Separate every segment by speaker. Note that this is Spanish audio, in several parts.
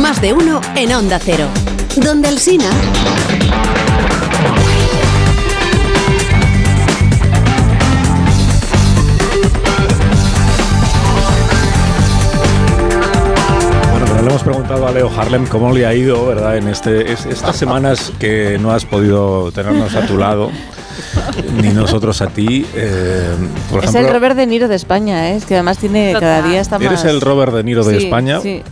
Speaker 1: más de uno en Onda Cero. Donde Alsina.
Speaker 2: Bueno, pero le hemos preguntado a Leo Harlem cómo le ha ido, ¿verdad? En este, es- estas semanas que no has podido tenernos a tu lado, ni nosotros a ti. eh, por
Speaker 3: Es el
Speaker 2: ejemplo,
Speaker 3: Robert De Niro de España, ¿eh? es que además tiene cada día está más.
Speaker 2: ¿Eres el Robert De Niro de
Speaker 3: Sí,
Speaker 2: España?
Speaker 3: sí.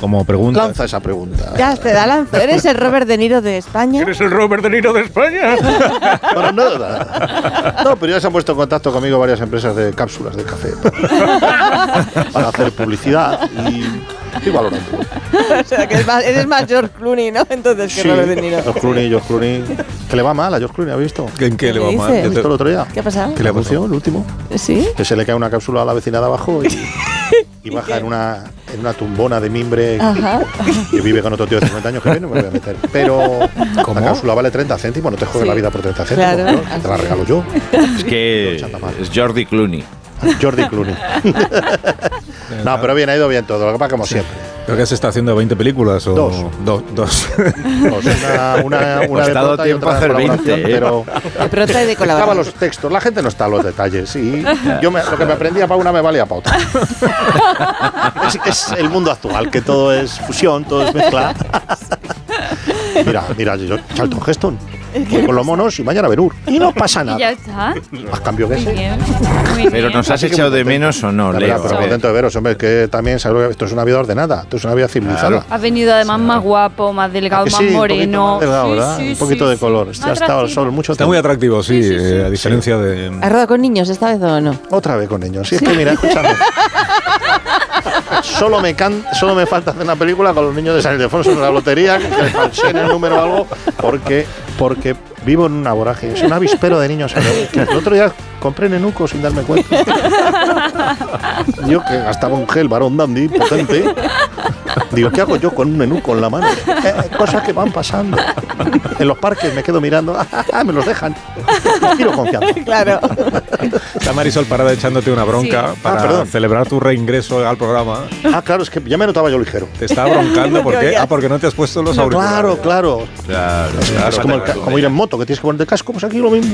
Speaker 2: Como pregunta.
Speaker 4: Lanza esa pregunta.
Speaker 3: Ya te da la- ¿Eres el Robert De Niro de España?
Speaker 2: ¿Eres el Robert De Niro de España?
Speaker 4: Para nada. No, pero ya se han puesto en contacto conmigo varias empresas de cápsulas de café. Para hacer publicidad y, y valorando.
Speaker 3: O sea, que es más- eres más George Clooney, ¿no? Entonces que Robert De Niro.
Speaker 4: George Clooney, George Clooney. Que le va mal a George Clooney, ¿ha visto?
Speaker 2: ¿En qué le
Speaker 3: ¿Qué
Speaker 2: vamos a
Speaker 3: dices?
Speaker 4: ¿Has visto el otro día?
Speaker 3: ¿Qué ha pasado?
Speaker 4: Que le anunció el último.
Speaker 3: ¿Sí?
Speaker 4: Que se le cae una cápsula a la vecina de abajo y, y baja en una, en una tumbona de mimbre.
Speaker 3: Ajá.
Speaker 4: que vive con otro tío de 50 años que no me voy a meter. Pero
Speaker 2: ¿Cómo?
Speaker 4: la cápsula vale 30 céntimos, no te juegues
Speaker 3: Sí.
Speaker 4: la vida por 30 céntimos.
Speaker 3: Claro.
Speaker 4: ¿no? Te la regalo yo.
Speaker 5: Es que es Jordi Clooney.
Speaker 4: Jordi Clooney. no, pero bien, ha ido bien todo. Lo que pasa como siempre.
Speaker 2: Creo que se está haciendo 20 películas o
Speaker 4: Dos.
Speaker 2: Do- dos.
Speaker 4: Pues una, una, una
Speaker 5: Os
Speaker 4: de
Speaker 5: ha dado
Speaker 4: prota y
Speaker 5: tiempo
Speaker 4: otra
Speaker 5: a
Speaker 4: de
Speaker 5: hacer
Speaker 4: colaboración,
Speaker 5: 20, ¿eh?
Speaker 4: pero
Speaker 3: De prota y de
Speaker 4: estaba
Speaker 3: colaboración.
Speaker 4: los textos. La gente no está a los detalles. Y yo me- lo que me aprendía para una me valía para otra. es, es el mundo actual, que todo es fusión, todo es mezcla. mira, mira, yo salto un gesto voy con los monos y mañana Benur. Y no pasa
Speaker 6: Y ya
Speaker 4: nada.
Speaker 6: está.
Speaker 4: Más cambio que
Speaker 6: Muy
Speaker 4: ese.
Speaker 6: bien. Muy
Speaker 5: Pero
Speaker 6: bien.
Speaker 5: nos has
Speaker 4: Así que
Speaker 5: echado
Speaker 4: muy
Speaker 5: de
Speaker 4: contento.
Speaker 5: menos o no,
Speaker 4: La
Speaker 5: Leo.
Speaker 4: verdad,
Speaker 5: A
Speaker 4: pero
Speaker 5: ver.
Speaker 4: contento de veros, hombre, que también seguro que esto es una vida ordenada, esto es una vida civilizada.
Speaker 5: Claro.
Speaker 6: Ha venido además más guapo, más delgado,
Speaker 4: Ah, Que
Speaker 6: más
Speaker 4: sí, un poquito
Speaker 6: moreno.
Speaker 4: más delgado, ¿verdad?
Speaker 6: Sí, sí,
Speaker 4: un poquito
Speaker 6: sí,
Speaker 4: de
Speaker 6: sí.
Speaker 4: color. Ha estado al
Speaker 6: Atractivo.
Speaker 4: sol mucho
Speaker 2: Está muy
Speaker 4: tiempo.
Speaker 2: atractivo, sí,
Speaker 6: Sí, sí, sí.
Speaker 2: eh, a diferencia de...
Speaker 3: ¿Has rodado con niños esta vez o no?
Speaker 4: Otra vez con niños. Si es que mira, escúchame. solo, me can solo me falta hacer una película con los niños de San Ildefonso en la lotería, que le falseen el número o algo, porque, porque vivo en una voraje. Es un avispero de niños. ¿sabes? Que El otro día compré nenuco sin darme cuenta. Yo que gastaba un gel varón dandy potente. Digo, ¿qué hago yo con un nenuco en la mano? Eh, cosas que van pasando. En los parques me quedo mirando, Ah, me los dejan. Tiro confianza.
Speaker 3: Claro.
Speaker 2: Está Marisol Parada echándote una bronca
Speaker 6: Sí.
Speaker 2: para
Speaker 4: Ah, perdón.
Speaker 2: celebrar tu reingreso al programa.
Speaker 4: Ah, claro, es que ya me notaba yo ligero.
Speaker 2: Te está broncando
Speaker 3: Creo
Speaker 2: porque
Speaker 3: que-
Speaker 2: ah, porque no te has puesto los auriculares.
Speaker 4: Claro, claro.
Speaker 5: Claro,
Speaker 4: Es como, el ca- como ir en moto, que tienes que ponerte casco, pues aquí lo mismo.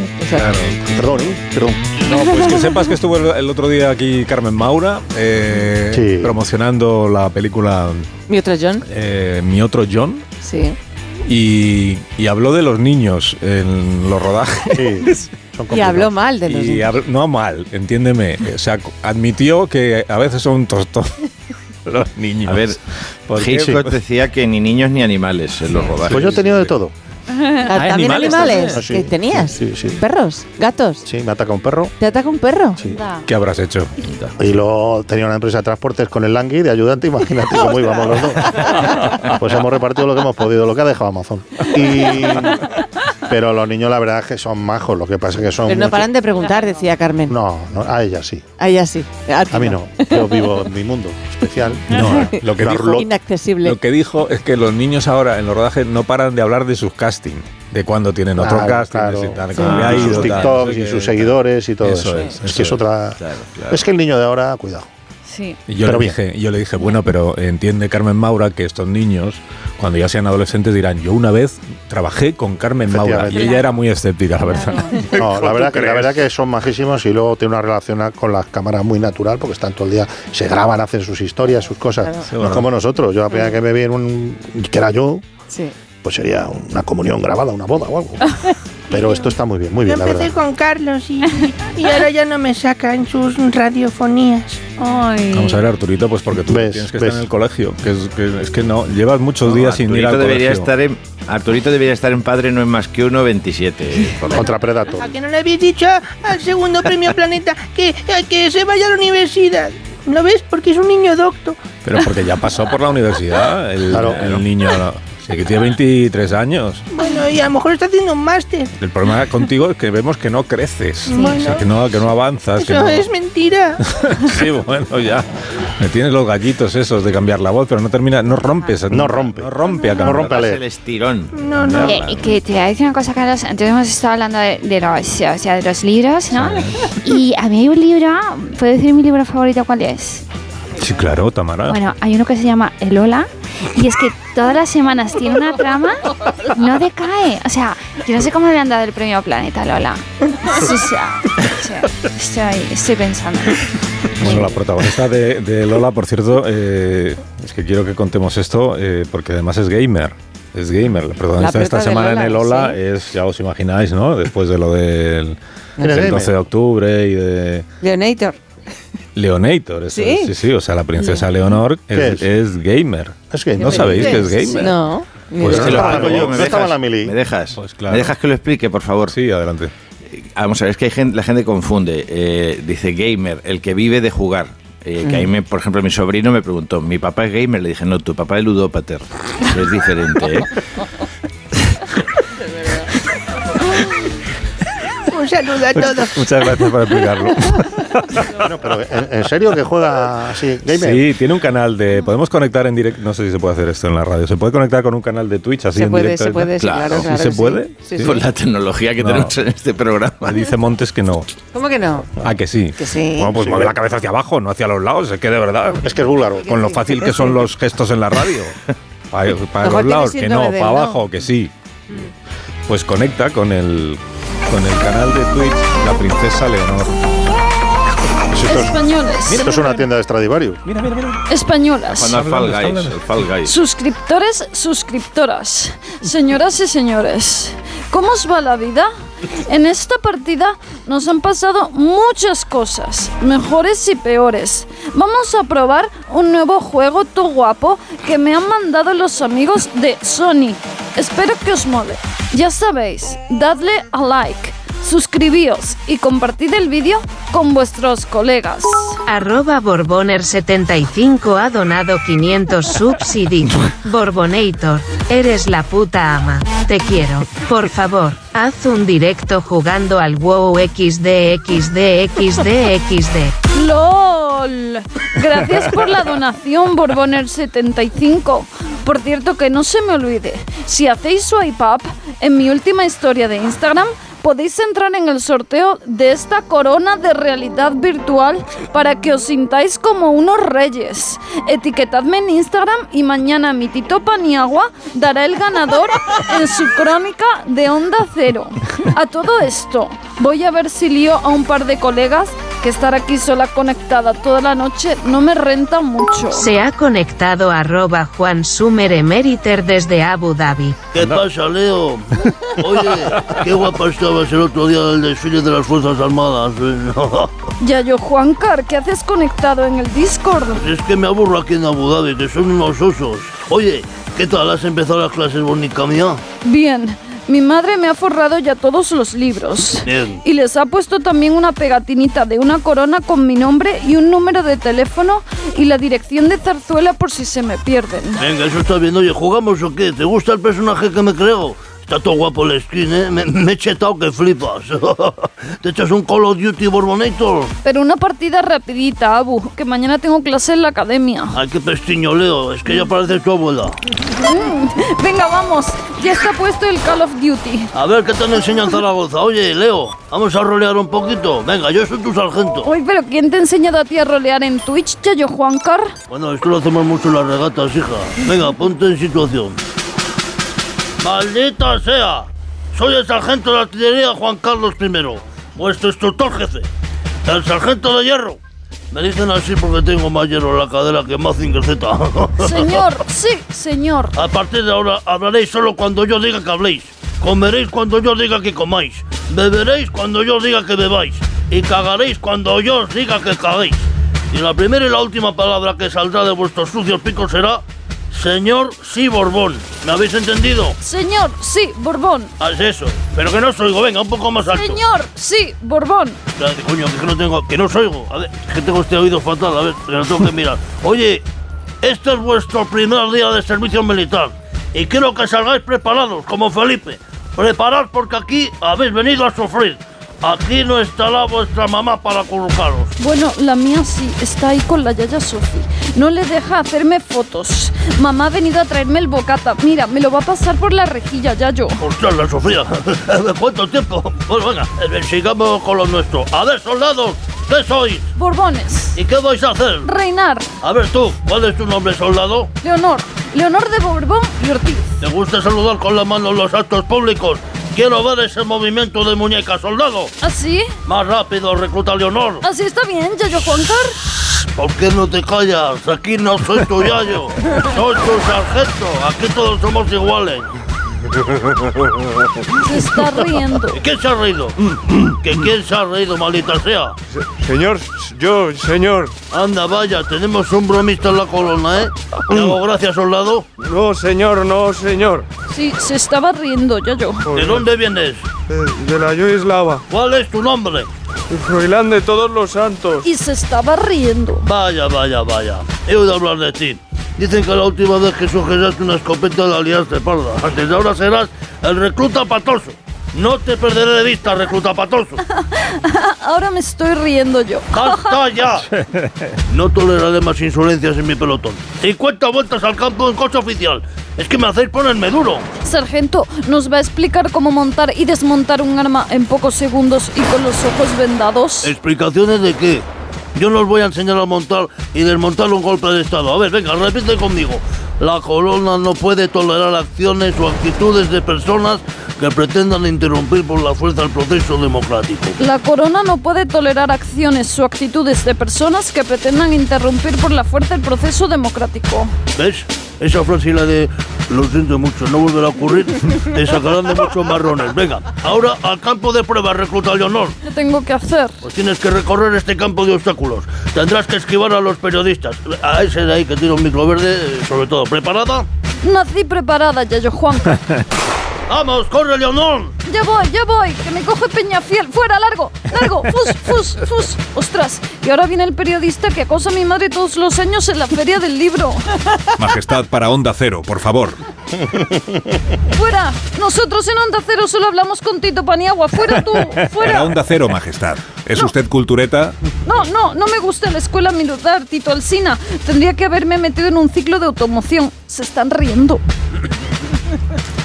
Speaker 4: Perdón, ¿eh? Perdón.
Speaker 2: No, pues que sepas que estuvo el, el otro día aquí Carmen Maura eh,
Speaker 4: Sí.
Speaker 2: promocionando la película
Speaker 3: Mi otro John.
Speaker 2: eh, Mi otro John
Speaker 3: Sí.
Speaker 2: y, y habló de los niños en los rodajes.
Speaker 4: Sí, son
Speaker 3: Y habló
Speaker 4: complicados.
Speaker 3: mal de los
Speaker 2: Y
Speaker 3: niños.
Speaker 2: habl- no mal, entiéndeme. O sea, admitió que a veces son tostón los niños.
Speaker 5: A ver,
Speaker 2: Porque-
Speaker 5: Hitchcock decía que ni niños ni animales en los rodajes.
Speaker 4: Pues yo he tenido de todo.
Speaker 3: ¿También
Speaker 2: animales
Speaker 3: animales?
Speaker 4: también.
Speaker 3: ¿Que
Speaker 4: Sí,
Speaker 3: tenías?
Speaker 4: sí, sí.
Speaker 3: ¿Perros? ¿Gatos?
Speaker 4: Sí, me ataca un perro.
Speaker 3: ¿Te ataca un perro?
Speaker 4: Sí.
Speaker 6: Anda.
Speaker 2: ¿Qué habrás hecho?
Speaker 4: Y luego tenía una empresa de transportes con el Langui de ayudante, imagínate cómo íbamos los dos. Pues hemos repartido lo que hemos podido, lo que ha dejado Amazon. Y- pero los niños, la verdad es que son majos, lo que pasa es que son.
Speaker 3: Pero no
Speaker 4: muchos-
Speaker 3: paran de preguntar, decía Carmen.
Speaker 4: no, no, a ella sí.
Speaker 3: A ella sí. ti
Speaker 4: A mí no. Yo vivo en mi mundo especial.
Speaker 2: No, lo que
Speaker 4: Lo
Speaker 2: dijo-
Speaker 4: arlo-
Speaker 3: Inaccesible.
Speaker 2: Lo que dijo es que los niños ahora en los rodajes no paran de hablar de sus castings, de cuándo tienen otro
Speaker 4: Claro,
Speaker 2: casting,
Speaker 4: claro.
Speaker 2: de si tal,
Speaker 3: Sí.
Speaker 2: cómo le ha
Speaker 4: y
Speaker 2: ido,
Speaker 4: sus
Speaker 2: tal, no
Speaker 4: TikToks
Speaker 2: sé
Speaker 4: y
Speaker 2: qué,
Speaker 4: sus
Speaker 2: tal.
Speaker 4: seguidores y todo
Speaker 2: Eso
Speaker 4: eso.
Speaker 2: es,
Speaker 4: Es,
Speaker 2: eso
Speaker 4: que es,
Speaker 2: es.
Speaker 4: otra.
Speaker 5: Claro, claro.
Speaker 4: Es que el niño de ahora, cuidado.
Speaker 6: Sí.
Speaker 2: Y yo, le
Speaker 4: Pero bien.
Speaker 2: dije, y yo le dije, bueno, pero entiende Carmen Maura que estos niños, cuando ya sean adolescentes, dirán, yo una vez trabajé con Carmen Maura y
Speaker 4: Efectivamente.
Speaker 2: ella era muy escéptica, la verdad.
Speaker 4: No, la verdad, que, la verdad que son majísimos y luego tiene una relación a- con las cámaras muy natural porque están todo el día, se graban, hacen sus historias, sus cosas.
Speaker 2: Sí,
Speaker 4: No
Speaker 2: bueno.
Speaker 4: es como nosotros. Yo la primera que me vi en un. que era yo,
Speaker 3: Sí.
Speaker 4: pues sería una comunión grabada, una boda o algo. Pero esto está muy bien, muy
Speaker 7: Yo
Speaker 4: bien, la
Speaker 7: empecé
Speaker 4: verdad.
Speaker 7: con Carlos y, y ahora ya no me saca en sus radiofonías.
Speaker 6: Ay.
Speaker 2: Vamos a ver, Arturito, pues porque tú
Speaker 4: Ves,
Speaker 2: tienes que
Speaker 4: ves.
Speaker 2: estar en el colegio, que es que, es que no, llevas muchos días sin ir
Speaker 5: Arturito
Speaker 2: al
Speaker 5: debería
Speaker 2: colegio.
Speaker 5: estar en Arturito debería estar en padre no es más que uno 27. por lo menos.
Speaker 4: Contra Predator.
Speaker 7: ¿A que no le habéis dicho a- al segundo premio Planeta que, a que se vaya a la universidad? ¿Lo ves? Porque es un niño docto.
Speaker 2: Pero porque ya pasó por la universidad el,
Speaker 4: Claro.
Speaker 2: el niño, ¿no? Sí, que tiene 23 años.
Speaker 7: Bueno, y a lo mejor está haciendo un máster.
Speaker 2: El problema contigo es que vemos que no creces, o sea,
Speaker 7: Bueno.
Speaker 2: que no, que no avanzas. que
Speaker 7: Eso
Speaker 2: no-
Speaker 7: es mentira.
Speaker 2: sí, bueno, ya. Me tienes los gallitos esos de cambiar la voz, pero no termina, no rompes.
Speaker 4: Ah. No rompe.
Speaker 2: No rompe a
Speaker 4: No
Speaker 2: cambiar.
Speaker 4: rompe.
Speaker 5: Das el estirón.
Speaker 7: No, no.
Speaker 5: Claro.
Speaker 8: Que, que te voy a decir una cosa, Carlos. Antes hemos estado hablando de, de los, o sea, de los libros, ¿no? Y a mí hay un libro, ¿puedo decir mi libro favorito cuál es?
Speaker 2: Sí, claro,
Speaker 5: Ah.
Speaker 2: Tamara.
Speaker 8: Bueno, hay uno que se llama El Ola y es que todas las semanas tiene una trama, no decae. O sea, yo no sé cómo le han dado el premio Planeta Lola. O sea, o sea, estoy, estoy pensando.
Speaker 2: Bueno, la protagonista de, de Lola, por cierto, eh, es que quiero que contemos esto eh, porque además es gamer. Es gamer. La protagonista
Speaker 3: La
Speaker 2: de esta
Speaker 3: prota de
Speaker 2: semana
Speaker 3: Lola,
Speaker 2: en el Lola
Speaker 3: sí.
Speaker 2: es, ya os imagináis, ¿no? Después de lo del
Speaker 4: Era
Speaker 2: del
Speaker 4: gamer.
Speaker 2: 12 de octubre y de
Speaker 3: Leonator.
Speaker 2: Leonator. eso
Speaker 3: ¿Sí?
Speaker 2: es, sí, sí. O sea, la princesa Leonor
Speaker 4: ¿Qué
Speaker 2: es,
Speaker 4: es?
Speaker 2: es gamer.
Speaker 4: Es que
Speaker 2: ¿No sabéis que es
Speaker 6: dices?
Speaker 2: gamer?
Speaker 3: No. ni
Speaker 2: Pues
Speaker 4: no
Speaker 2: que
Speaker 5: Es
Speaker 2: lo
Speaker 5: que lo
Speaker 4: estaba,
Speaker 5: explico
Speaker 4: ¿no?
Speaker 5: yo,
Speaker 4: No
Speaker 5: ¿me
Speaker 4: estaba
Speaker 5: dejas?
Speaker 4: la mili.
Speaker 5: ¿Me dejas?
Speaker 2: Pues claro.
Speaker 5: ¿Me dejas que lo explique, por favor? Ah,
Speaker 2: Sí, adelante.
Speaker 5: Vamos a ver, es que hay gente, la gente confunde. eh, dice gamer, el que vive de jugar. Eh, que a mí, me- por ejemplo, mi sobrino me preguntó, ¿mi papá es gamer? Le dije, no, tu papá es ludópater. Pero es diferente, ¿eh?
Speaker 7: Un saludo a todos.
Speaker 2: Muchas gracias por explicarlo.
Speaker 4: Bueno, pero ¿en, en serio que juega así? Gamer.
Speaker 2: Sí, tiene un canal de. Podemos conectar en directo. No sé si se puede hacer esto en la radio. ¿Se puede conectar con un canal de Twitch Pues así
Speaker 3: Se
Speaker 2: en
Speaker 3: puede,
Speaker 2: directo?
Speaker 3: se puede, sí,
Speaker 5: Claro.
Speaker 3: claro,
Speaker 2: ¿Sí
Speaker 3: claro
Speaker 2: se
Speaker 3: que
Speaker 2: puede?
Speaker 3: Sí,
Speaker 5: Por
Speaker 3: sí.
Speaker 5: la tecnología que
Speaker 2: No.
Speaker 5: tenemos en este programa.
Speaker 2: Me dice Montes que no.
Speaker 3: ¿Cómo que no?
Speaker 2: Ah, que sí.
Speaker 3: Que sí.
Speaker 2: Bueno, pues mueve la cabeza hacia abajo, no hacia los lados. Es que de verdad,
Speaker 4: Es que es búlgaro.
Speaker 2: con lo fácil que son los gestos en la radio. Para, para los
Speaker 3: Mejor tiene
Speaker 2: lados, que no,
Speaker 3: síndrome
Speaker 2: para
Speaker 3: de no.
Speaker 2: abajo, que sí. Pues conecta con el, con el canal de Twitch La Princesa Leonor.
Speaker 4: Esto es,
Speaker 8: Españoles,
Speaker 4: esto es una tienda de Stradivarius.
Speaker 2: Mira, mira, mira.
Speaker 8: españolas,
Speaker 5: Cuando al Fall
Speaker 2: hablando,
Speaker 5: Guys,
Speaker 2: está
Speaker 5: el Fall Guys.
Speaker 8: suscriptores, suscriptoras, señoras y señores, ¿cómo os va la vida? En esta partida nos han pasado muchas cosas, mejores y peores. Vamos a probar un nuevo juego todo guapo que me han mandado los amigos de Sony. Espero que os mole. Ya sabéis, dadle a like, suscribíos y compartid el vídeo con vuestros colegas.
Speaker 9: Arroba Borboner75 ha donado 500 subs y dice, Borbonator, eres la puta ama. Te quiero. Por favor, haz un directo jugando al WoW XD XD XD XD.
Speaker 8: LOL. Gracias por la donación, Borboner75. Por cierto, que no se me olvide, si hacéis swipe up en mi última historia de Instagram, podéis entrar en el sorteo de esta corona de realidad virtual para que os sintáis como unos reyes. Etiquetadme en Instagram y mañana mi tito Paniagua dará el ganador en su crónica de Onda Cero. A todo esto, voy a ver si lío a un par de colegas que estar aquí sola conectada toda la noche no me renta mucho.
Speaker 9: Se ha conectado arroba Juan Sumer Emeriter desde Abu Dhabi.
Speaker 10: ¿Qué pasa, Leo? Oye, qué guapa estabas el otro día del desfile de las Fuerzas Armadas.
Speaker 8: Yayo Juancar, ¿qué haces conectado en el Discord?
Speaker 10: Es que me aburro aquí en Abu Dhabi, que son unos osos. Oye, ¿qué tal? ¿Has empezado las clases, bonica mía?
Speaker 8: Bien, mi madre me ha forrado ya todos los libros.
Speaker 10: Bien.
Speaker 8: Y les ha puesto también una pegatinita de una corona con mi nombre y un número de teléfono y la dirección de Zarzuela por si se me pierden.
Speaker 10: Venga, eso está bien. Oye, ¿jugamos o qué? ¿Te gusta el personaje que me creo? Está todo guapo el skin, ¿eh? Me, me he chetado que flipas. ¿Te echas un Call of Duty Borbonator?
Speaker 8: Pero una partida rapidita, Abu, que mañana tengo clase en la academia.
Speaker 10: Ay, qué pestiño, Leo. Es que ya parece tu abuela.
Speaker 8: Venga, vamos, ya está puesto el Call of Duty.
Speaker 10: A ver, ¿qué te han enseñado en Zaragoza? Oye, Leo, vamos a rolear un poquito. Venga, yo soy tu sargento.
Speaker 8: Uy, pero ¿quién te ha enseñado a ti a rolear en Twitch, Yayo Juancar?
Speaker 10: Bueno, esto lo hacemos mucho en las regatas, hija. Venga, ponte en situación. ¡Maldita sea! Soy el sargento de artillería Juan Carlos I, vuestro instructor jefe, el sargento de hierro. Me dicen así porque tengo más hierro en la cadera que Mazinger Z.
Speaker 8: Señor, sí, señor.
Speaker 10: A partir de ahora hablaréis solo cuando yo diga que habléis. Comeréis cuando yo diga que comáis. Beberéis cuando yo os diga que bebáis. Y cagaréis cuando yo os diga que caguéis. Y la primera y la última palabra que saldrá de vuestros sucios picos será... Señor sí Borbón. ¿Me habéis entendido?
Speaker 8: Señor, sí, Borbón.
Speaker 10: Haz eso. Pero que no os oigo. Venga, un poco más alto.
Speaker 8: Señor, sí, Borbón.
Speaker 10: Espérate, coño, que no tengo... Que no os oigo. A ver, que tengo este oído fatal. A ver, que lo tengo que mirar. Oye, este es vuestro primer día de servicio militar. Y quiero que salgáis preparados, como Felipe. Preparad porque aquí habéis venido a sufrir. Aquí no estará vuestra mamá para currucaros.
Speaker 8: Bueno, la mía sí, está ahí con la Yaya Sofi. No le deja hacerme fotos. Mamá ha venido a traerme el bocata. Mira, me lo va a pasar por la rejilla, Yayo.
Speaker 10: Ostras, la Sofía. ¿Cuánto tiempo? Pues venga, eh, sigamos con lo nuestro. A ver, soldados, ¿qué sois?
Speaker 8: Borbones.
Speaker 10: ¿Y qué vais a hacer?
Speaker 8: Reinar.
Speaker 10: A ver tú, ¿cuál es tu nombre, soldado?
Speaker 8: Leonor. Leonor de Borbón y Ortiz.
Speaker 10: ¿Te gusta saludar con la mano en los actos públicos? Quiero ver ese movimiento de muñeca, soldado.
Speaker 8: ¿Así?
Speaker 10: Más rápido, recluta Leonor.
Speaker 8: ¿Así Ah, está bien, Yayo Juancar?
Speaker 10: ¿Por qué no te callas? Aquí no soy tu yayo, soy tu sargento. Aquí todos somos iguales.
Speaker 8: Se está riendo.
Speaker 10: ¿Y ¿Quién se ha reído? ¿Que quién se ha reído, maldita sea?
Speaker 11: Señor, yo, señor.
Speaker 10: Anda, vaya, tenemos un bromista en la colona, ¿eh? Te hago gracias, soldado.
Speaker 11: Mm. No, señor, no, señor. Pues
Speaker 8: Sí, se estaba riendo, Yayo.
Speaker 10: ¿De dónde vienes?
Speaker 11: Eh, De, la Yugoslava.
Speaker 10: ¿Cuál es tu nombre?
Speaker 11: Froilán de todos los santos.
Speaker 8: Y se estaba riendo.
Speaker 10: Vaya, vaya, vaya. He oído hablar de ti. Dicen que la última vez que sujetaste una escopeta la liaste parda. Antes de ahora serás el recluta patoso. No te perderé de vista, recluta patoso.
Speaker 8: Ahora me estoy riendo yo.
Speaker 10: ¡Basta ya! No toleraré más insolencias en mi pelotón. 50 vueltas al campo en coche oficial. Es que me hacéis ponerme duro.
Speaker 8: Sargento nos va a explicar cómo montar y desmontar un arma en pocos segundos y con los ojos vendados.
Speaker 10: ¿Explicaciones de qué? Yo no os voy a enseñar a montar y desmontar un golpe de estado. A ver, venga, repite conmigo. La corona no puede tolerar acciones o actitudes de personas que pretendan interrumpir por la fuerza el proceso democrático.
Speaker 8: La corona no puede tolerar acciones o actitudes de personas que pretendan interrumpir por la fuerza el proceso democrático.
Speaker 10: ¿Ves? Esa frase y la de lo siento mucho, no volverá a ocurrir, te sacarán de muchos marrones. Venga, ahora al campo de pruebas, recluta Leonor.
Speaker 8: ¿Qué tengo que hacer?
Speaker 10: Pues tienes que recorrer este campo de obstáculos. Tendrás que esquivar a los periodistas. A ese de ahí que tiene un micro verde, eh, sobre todo. ¿Preparada?
Speaker 8: Nací preparada, Yayo Juan.
Speaker 10: ¡Vamos, corre, Leonor!
Speaker 8: Ya voy, ya voy, que me coge Peñafiel. Fuera, largo, largo, fus, fus, fus. Ostras, y ahora viene el periodista que acosa a mi madre todos los años en la feria del libro.
Speaker 12: Majestad para Onda Cero, por favor.
Speaker 8: Fuera, nosotros en Onda Cero solo hablamos con Tito Paniagua. Fuera tú,
Speaker 12: Para
Speaker 8: fuera.
Speaker 12: Onda Cero, Majestad. ¿Es usted cultureta?
Speaker 8: No, no, no me gusta la escuela militar, Tito Alsina. Tendría que haberme metido en un ciclo de automoción. Se están riendo.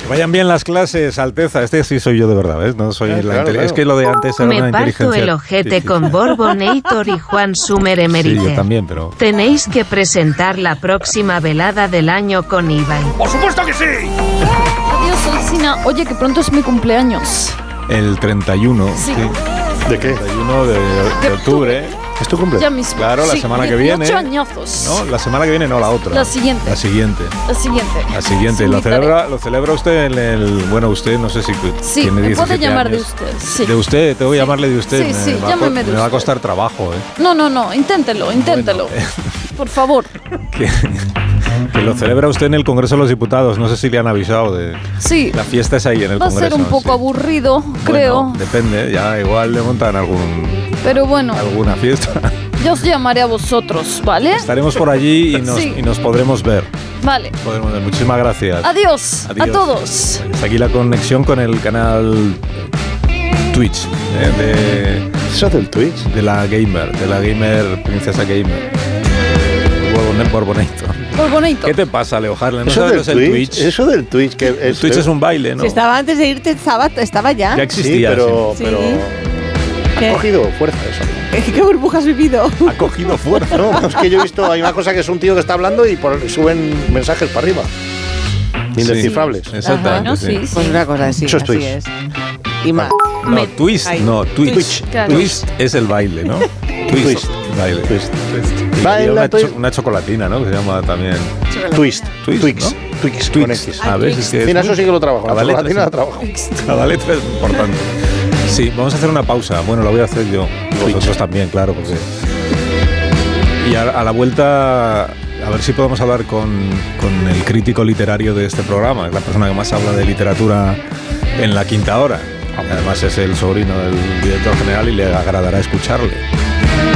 Speaker 2: Que vayan bien las clases, Alteza. Este sí soy yo de verdad, ¿ves? No soy
Speaker 9: Claro,
Speaker 2: la
Speaker 9: claro,
Speaker 2: inte-
Speaker 9: claro.
Speaker 2: Es que lo de antes era una
Speaker 9: Me parto
Speaker 2: inteligencia.
Speaker 9: el ojete
Speaker 2: artificial.
Speaker 9: con Borbonator y Juan Sumer
Speaker 2: Sí, yo
Speaker 9: Emerite.
Speaker 2: también, pero.
Speaker 9: Tenéis que presentar la próxima velada del año con Ibai.
Speaker 8: ¡Por supuesto que sí! Adiós, Alsina. Oye, que pronto es mi cumpleaños.
Speaker 2: El 31.
Speaker 8: Sí.
Speaker 2: ¿De qué? 31 de, de octubre. ¿Es tu cumpleaños?
Speaker 8: Ya mismo.
Speaker 2: Pues, Claro, la
Speaker 8: Sí,
Speaker 2: semana que viene. ¿eh?
Speaker 8: 18 añazos.
Speaker 2: No, la semana que viene no, la otra.
Speaker 8: La siguiente.
Speaker 2: La siguiente.
Speaker 8: La siguiente.
Speaker 2: La siguiente. Lo celebra, lo celebra usted en el. Bueno, usted, no sé si cu-
Speaker 8: Sí,
Speaker 2: tiene
Speaker 8: me
Speaker 2: 17
Speaker 8: puede llamar de
Speaker 2: años.
Speaker 8: usted. Sí.
Speaker 2: De usted, tengo que llamarle de usted.
Speaker 8: Sí, sí,
Speaker 2: va a co-
Speaker 8: llámeme de
Speaker 2: me va a
Speaker 8: usted.
Speaker 2: costar trabajo, ¿eh?
Speaker 8: No, no, no, inténtelo, inténtelo. Por favor.
Speaker 2: que, que lo celebra usted en el Congreso de los Diputados. No sé si le han avisado de.
Speaker 8: Sí.
Speaker 2: La fiesta es ahí en el
Speaker 8: Va a
Speaker 2: Congreso.
Speaker 8: ser un poco aburrido, creo.
Speaker 2: sí. Depende, ya igual le montan algún,
Speaker 8: Pero bueno,
Speaker 2: alguna fiesta.
Speaker 8: yo os llamaré a vosotros, ¿vale?
Speaker 2: Estaremos por allí y nos,
Speaker 8: Sí.
Speaker 2: y nos podremos ver.
Speaker 8: Vale.
Speaker 2: Podremos ver. Muchísimas gracias.
Speaker 8: Adiós, a
Speaker 2: Adiós.
Speaker 8: todos.
Speaker 2: Hasta aquí la conexión con el canal Twitch. eh, de, ¿Eso del Twitch? De la gamer, de la gamer, princesa gamer. Eh, Borbon- Borbonator.
Speaker 8: Por bonito.
Speaker 2: ¿Qué te pasa, Leo Harlem? ¿No
Speaker 4: Eso
Speaker 2: sabes
Speaker 4: del
Speaker 2: lo que es el
Speaker 4: Twitch,
Speaker 2: Twitch?
Speaker 4: eso del Twitch que es,
Speaker 2: Twitch es un baile, ¿no?
Speaker 3: Si estaba antes de irte, estaba, estaba ya.
Speaker 2: Ya existía.
Speaker 4: Sí, pero- pero-
Speaker 3: ¿Qué?
Speaker 4: ha cogido fuerza eso.
Speaker 3: ¿Qué burbuja has vivido?
Speaker 2: Ha cogido fuerza.
Speaker 4: No, es que yo he visto, hay una cosa que es un tío que está hablando y por- suben mensajes para arriba. Indescifrables.
Speaker 2: exactamente, Ajá, ¿no? sí. Sí, sí.
Speaker 3: Pues una cosa así,
Speaker 2: Eso es
Speaker 3: así
Speaker 2: Twitch.
Speaker 3: es. Y más.
Speaker 2: No, twist,
Speaker 3: Ay,
Speaker 2: no, twist.
Speaker 3: Twitch,
Speaker 2: Twist,
Speaker 3: claro.
Speaker 2: es el baile, ¿no? twist. Baile. Twist. Y
Speaker 4: Baila,
Speaker 2: había una,
Speaker 4: twist.
Speaker 2: cho- una chocolatina, ¿no? Que se llama también.
Speaker 4: Chocolate. Twist.
Speaker 2: Twist.
Speaker 4: Twix.
Speaker 2: ¿no? Twix.
Speaker 4: Twix. con X.
Speaker 2: A ver, es que es
Speaker 4: Mira, eso
Speaker 2: muy-
Speaker 4: sí que lo trabajo.
Speaker 2: Cada
Speaker 4: La
Speaker 2: letra,
Speaker 4: chocolatina
Speaker 2: sí.
Speaker 4: la trabajo.
Speaker 2: Cada letra es importante. Sí, vamos a hacer una pausa. Bueno, lo voy a hacer yo. Y vosotros también, claro, porque. Y a, a la vuelta, a ver si podemos hablar con, con el crítico literario de este programa, es la persona que más habla de literatura en la quinta hora. Además es el sobrino del director general y le agradará escucharle.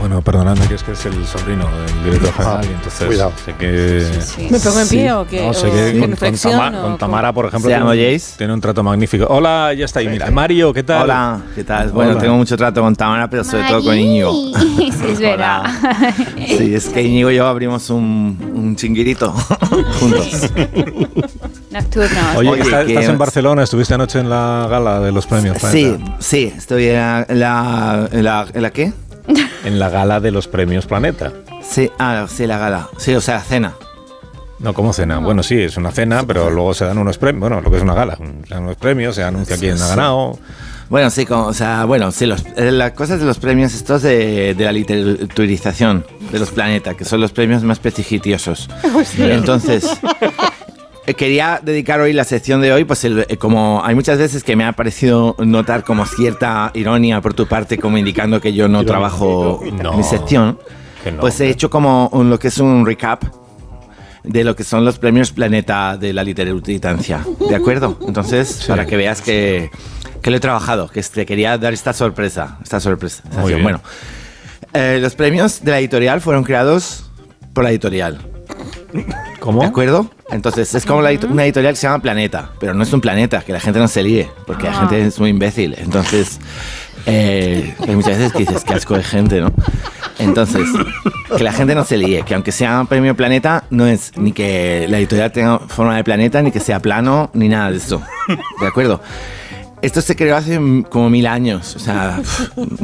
Speaker 2: sobrino, perdonadme, que es que es el sobrino del director general. y entonces
Speaker 4: cuidado.
Speaker 2: sé que.
Speaker 13: ¿Me pongo en pie o qué?
Speaker 2: No, sé
Speaker 13: ¿O
Speaker 2: que con, con
Speaker 13: reflexión
Speaker 2: Tama-
Speaker 13: o
Speaker 2: con
Speaker 13: cómo?
Speaker 2: Tamara, por ejemplo,
Speaker 5: ¿Se
Speaker 2: tiene,
Speaker 5: llama
Speaker 2: un- tiene un trato magnífico. Hola, ya está ahí. Mira, Mario, ¿qué tal?
Speaker 5: Hola, ¿qué tal? Bueno,
Speaker 2: Hola.
Speaker 5: tengo mucho trato con Tamara, pero sobre todo con Íñigo.
Speaker 8: Sí, es verdad.
Speaker 5: Sí, es que Íñigo y yo abrimos un, un chinguirito juntos.
Speaker 8: Nocturnos.
Speaker 2: Oye,
Speaker 5: Oye,
Speaker 2: que está-
Speaker 5: que-
Speaker 2: estás en Barcelona, estuviste anoche en la gala de los premios.
Speaker 5: Sí,
Speaker 2: Planeta.
Speaker 5: sí, estoy en la, en la, en la- ¿en la qué?
Speaker 2: En la gala de los premios Planeta.
Speaker 5: Sí, ah, sí, la gala. Sí, o sea, cena.
Speaker 2: No, como cena? Bueno, sí, es una cena, pero luego se dan unos premios. Bueno, lo que es una gala. Se dan unos premios, se anuncia quién ha
Speaker 5: Sí.
Speaker 2: ganado.
Speaker 5: Bueno, sí, como, o sea, bueno, sí, los, eh, las cosas de los premios estos de, de la literaturización de los planetas, que son los premios más prestigiosos.
Speaker 13: Hostia.
Speaker 5: Entonces, eh, quería dedicar hoy la sección de hoy, pues el- eh, como hay muchas veces que me ha parecido notar como cierta ironía por tu parte, como indicando que yo no
Speaker 2: Irónico.
Speaker 5: trabajo
Speaker 2: No,
Speaker 5: mi sección,
Speaker 2: que no,
Speaker 5: pues he hecho como un- lo que es un recap de lo que son los premios Planeta de la literaturizancia, ¿de acuerdo? Entonces, para que veas que, que lo he trabajado, que te quería dar esta sorpresa, esta sorpresa. esta
Speaker 2: Muy
Speaker 5: acción.
Speaker 2: bien.
Speaker 5: Bueno, eh, los premios de la editorial fueron creados por la editorial.
Speaker 2: ¿Cómo?
Speaker 5: ¿De acuerdo? Entonces, es como la edit- una editorial que se llama Planeta, pero no es un planeta, que la gente no se líe, porque la
Speaker 13: Ah.
Speaker 5: gente es muy imbécil. Entonces, eh, hay muchas veces que dices, qué asco de gente, ¿no? Entonces, que la gente no se líe, que aunque sea un premio Planeta, no es ni que la editorial tenga forma de planeta, ni que sea plano, ni nada de eso. ¿De acuerdo? Esto se creó hace mm, como mil años, o sea,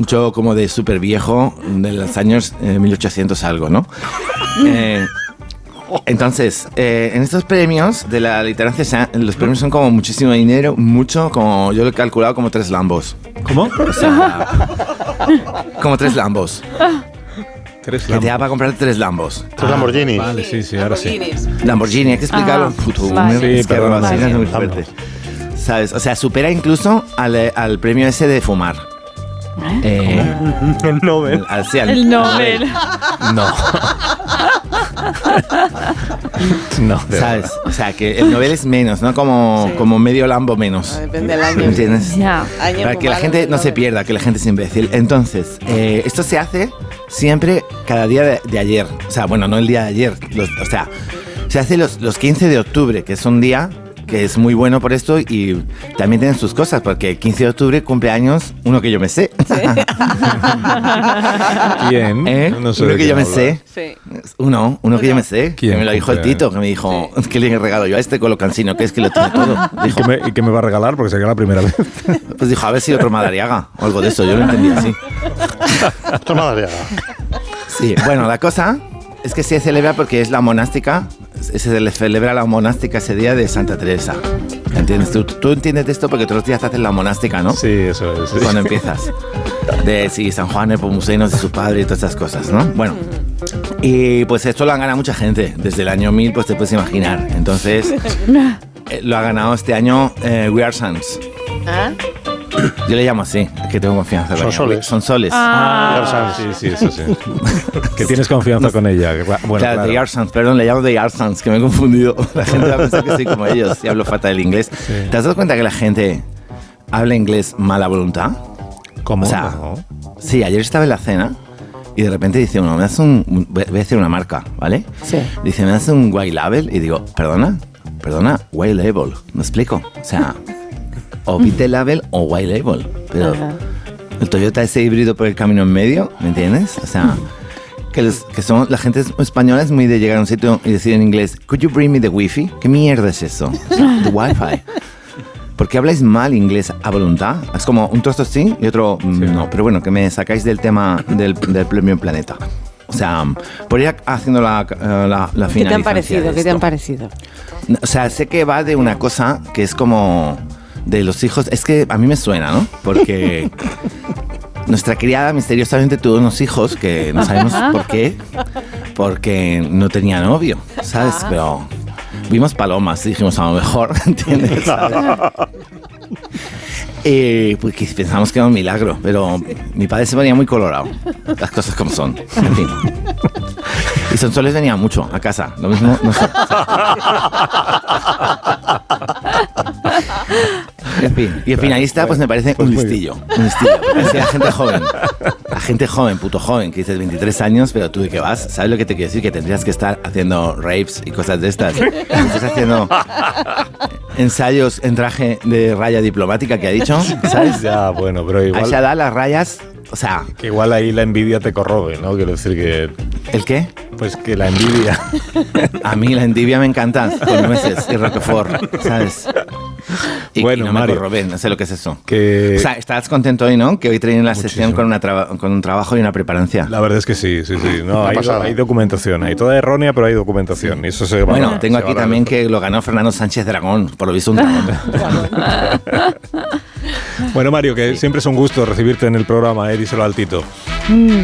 Speaker 5: yo como de súper viejo, de los años eh, 1800 algo, ¿no? Eh, entonces, eh, en estos premios de la literancia, se ha- los premios son como muchísimo dinero, mucho, como yo lo he calculado como tres lambos.
Speaker 2: ¿Cómo?
Speaker 5: como tres lambos.
Speaker 2: Tres Ah,
Speaker 5: Que te da para comprar tres lambos.
Speaker 4: Tres Lamborghinis.
Speaker 2: Vale, sí, sí, ahora sí.
Speaker 5: Lamborghini, hay que explicarlo.
Speaker 2: Ajá,
Speaker 5: Puto,
Speaker 2: vale.
Speaker 5: me-
Speaker 2: Sí,
Speaker 5: es que
Speaker 2: perdón,
Speaker 5: Lamborghini
Speaker 2: vale.
Speaker 5: es muy fuerte. ¿Sabes? O sea, supera incluso al, eh, al premio ese de fumar.
Speaker 2: ¿Eh?
Speaker 5: el Nobel. Al, sí, al-
Speaker 13: El Nobel.
Speaker 5: No.
Speaker 2: no,
Speaker 5: ¿Sabes? O sea, que el Nobel es menos, ¿no? Como, como medio Lambo menos.
Speaker 3: Depende del año.
Speaker 5: ¿Entiendes?
Speaker 3: Ya. Año
Speaker 5: Para que la
Speaker 3: fumado,
Speaker 5: gente no
Speaker 3: Nobel.
Speaker 5: se pierda, que la gente es imbécil. Entonces, eh, esto se hace siempre cada día de, de ayer. O sea, bueno, no el día de ayer. los- o sea, se hace los, los 15 de octubre, que es un día que es muy bueno por esto y también tienen sus cosas, porque el 15 de octubre cumple años uno que yo me sé.
Speaker 2: ¿Quién?
Speaker 5: ¿Eh?
Speaker 2: No sé de
Speaker 5: uno que
Speaker 2: quién
Speaker 5: yo me
Speaker 2: hablas.
Speaker 5: sé. Uno, uno que yo me sé. Que me lo dijo el
Speaker 2: cumple?
Speaker 5: Tito, que me dijo, que le regalo yo a este colocancino, que es que lo tiene todo.
Speaker 2: ¿Y qué, me, y qué me va a regalar? Porque sería la primera vez.
Speaker 5: Pues dijo, a ver si otro Madariaga o algo de eso. Yo lo entendí así.
Speaker 4: Otro Madariaga.
Speaker 5: Sí, bueno, la cosa es que se celebra porque es la monástica. Se cele- celebra la monástica ese día de Santa Teresa. ¿Entiendes? Tú, tú entiendes de esto porque todos los días te haces la monástica, ¿no?
Speaker 2: Sí, eso es. sí.
Speaker 5: Cuando empiezas. De si San Juan Nepomuceno, de su padre y todas esas cosas, ¿no? Bueno. Y pues esto lo han ganado mucha gente. Desde el año 1000, pues te puedes imaginar. Entonces, eh, lo ha ganado este año eh, We Are Sons.
Speaker 3: ¿Ah?
Speaker 5: Yo le llamo así, es que tengo confianza.
Speaker 2: Son
Speaker 5: Vania.
Speaker 2: soles.
Speaker 5: Son soles.
Speaker 2: Ah. We Are Sons, sí, sí, eso sí. Que tienes confianza con ella. que va- Bueno,
Speaker 5: claro,
Speaker 2: claro.
Speaker 5: The Yarsans, perdón, le llamo The Yarsans, que me he confundido. La gente va a pensar que soy como ellos y hablo fatal el inglés. ¿Te has dado cuenta que la gente habla inglés mala voluntad?
Speaker 2: ¿Cómo?
Speaker 5: O sea, sí, ayer estaba en la cena y de repente dice uno, me das un, un- voy a decir una marca, ¿vale?
Speaker 13: Sí.
Speaker 5: Dice, me das un white label y digo, perdona, perdona, white label, ¿me explico? O sea, o white label o white label, pero... El Toyota ese híbrido por el camino en medio, ¿me entiendes? O sea, que, los, que son, la gente es- española es muy de llegar a un sitio y decir en inglés, ¿Could you bring me the wifi? ¿Qué mierda es eso? The wifi. ¿Por qué habláis mal inglés a voluntad? Es como un trozo sí y otro mm, no. Pero bueno, que me sacáis del tema del, del premio Planeta. O sea, por ir haciendo la, eh, la, la
Speaker 13: ¿Qué te han
Speaker 5: finalizancia
Speaker 13: parecido?
Speaker 5: de
Speaker 13: ¿Qué te
Speaker 5: esto.
Speaker 13: han parecido?
Speaker 5: O sea, sé que va de una cosa que es como de los hijos. Es que a mí me suena, ¿no? Porque nuestra criada misteriosamente tuvo unos hijos que no sabemos
Speaker 13: Ajá.
Speaker 5: por qué, porque no tenía novio, ¿sabes? Pero vimos palomas y dijimos, a lo mejor, ¿entiendes? Eh, pues que pensamos que era un milagro, pero mi padre se ponía muy colorado. Las cosas como son. En fin. Y Sonsoles venía mucho a casa. Lo mismo. no sé. En fin. Y el finalista, pues me parece un listillo. Un listillo. Me parece la gente joven. La gente joven, puto joven, que dices 23 años, pero tú de qué vas, ¿sabes lo que te quiero decir? Que tendrías que estar haciendo rapes y cosas de estas. Estás haciendo ensayos en traje de raya diplomática que ha dicho, ¿sabes?
Speaker 2: Ya, bueno, pero
Speaker 5: Allá
Speaker 2: igual.
Speaker 5: da las rayas, o sea,
Speaker 2: Que igual ahí la envidia te corrobe, ¿no? Quiero decir que.
Speaker 5: ¿El qué?
Speaker 2: Pues que la envidia.
Speaker 5: a mí la endivia me encanta, con nueces y roquefort, ¿sabes? Y, bueno, no me corroben, no sé lo que es eso.
Speaker 2: Que-
Speaker 5: O sea, estás contento hoy, ¿no? Que hoy traen la sesión con, una traba- con un trabajo y una preparancia.
Speaker 2: La verdad es que sí, sí, sí. No,
Speaker 5: Una
Speaker 2: hay,
Speaker 5: pasada.
Speaker 2: hay documentación, hay toda errónea, pero hay documentación. Y eso se valora,
Speaker 5: Bueno, tengo
Speaker 2: se
Speaker 5: aquí
Speaker 2: valora.
Speaker 5: también que lo ganó Fernando Sánchez Dragón, por lo visto un dragón.
Speaker 2: Bueno, Mario, que siempre es un gusto recibirte en el programa, eh, díselo al Tito.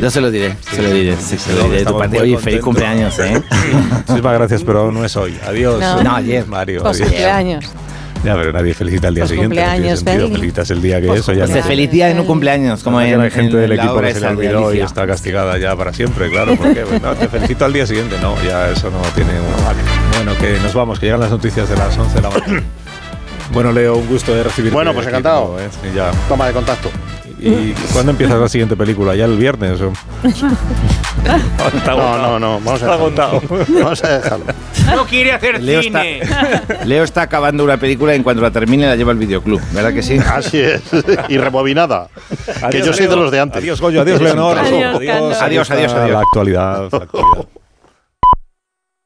Speaker 5: Yo se lo diré, se lo diré, sí, se lo diré de tu
Speaker 2: Estamos
Speaker 5: parte.
Speaker 2: muy
Speaker 5: Oye, feliz
Speaker 2: contentos.
Speaker 5: cumpleaños, ¿eh?
Speaker 2: Muchísimas gracias, pero no es hoy. Adiós.
Speaker 3: No. No, ayer.
Speaker 2: Mario.
Speaker 3: Pues
Speaker 2: adiós.
Speaker 3: cumpleaños.
Speaker 2: Ya, pero nadie felicita el día
Speaker 3: Pues
Speaker 2: siguiente. no tiene
Speaker 3: cumpleaños,
Speaker 2: sentido.
Speaker 3: feliz.
Speaker 2: Felicitas el día que
Speaker 5: Pues
Speaker 2: eso ya
Speaker 5: se
Speaker 2: no.
Speaker 5: felicidad en un cumpleaños, como en,
Speaker 2: hay gente
Speaker 5: en
Speaker 2: del
Speaker 5: la
Speaker 2: equipo
Speaker 5: obra
Speaker 2: que se le
Speaker 5: esa de
Speaker 2: olvidó y
Speaker 5: Alicia.
Speaker 2: está castigada ya para siempre, claro. Porque no, te felicito al día siguiente. No, ya eso no tiene uno. Vale. Bueno, que nos vamos, que llegan las noticias de las 11 de la mañana. Bueno, Leo, un gusto de recibirte.
Speaker 4: Bueno, pues
Speaker 2: aquí,
Speaker 4: encantado.
Speaker 2: ¿no? Eh, sí, ya.
Speaker 4: Toma de contacto.
Speaker 2: ¿Y cuándo empiezas la siguiente película? ¿Ya el viernes? o?
Speaker 4: No, no, no. Vamos a dejarlo. Vamos a dejarlo.
Speaker 13: No quiere hacer
Speaker 5: Leo está-
Speaker 13: cine.
Speaker 5: Leo está acabando una película y en cuanto la termine la lleva al videoclub, ¿verdad que sí?
Speaker 4: Así es. Y rebobinada. que
Speaker 5: Adiós,
Speaker 4: yo soy de
Speaker 5: Leo.
Speaker 4: los de antes.
Speaker 5: Adiós, Goyo, adiós, Leonor. Adiós,
Speaker 2: Ahí
Speaker 5: adiós,
Speaker 2: está
Speaker 5: adiós.
Speaker 2: La actualidad. la actualidad.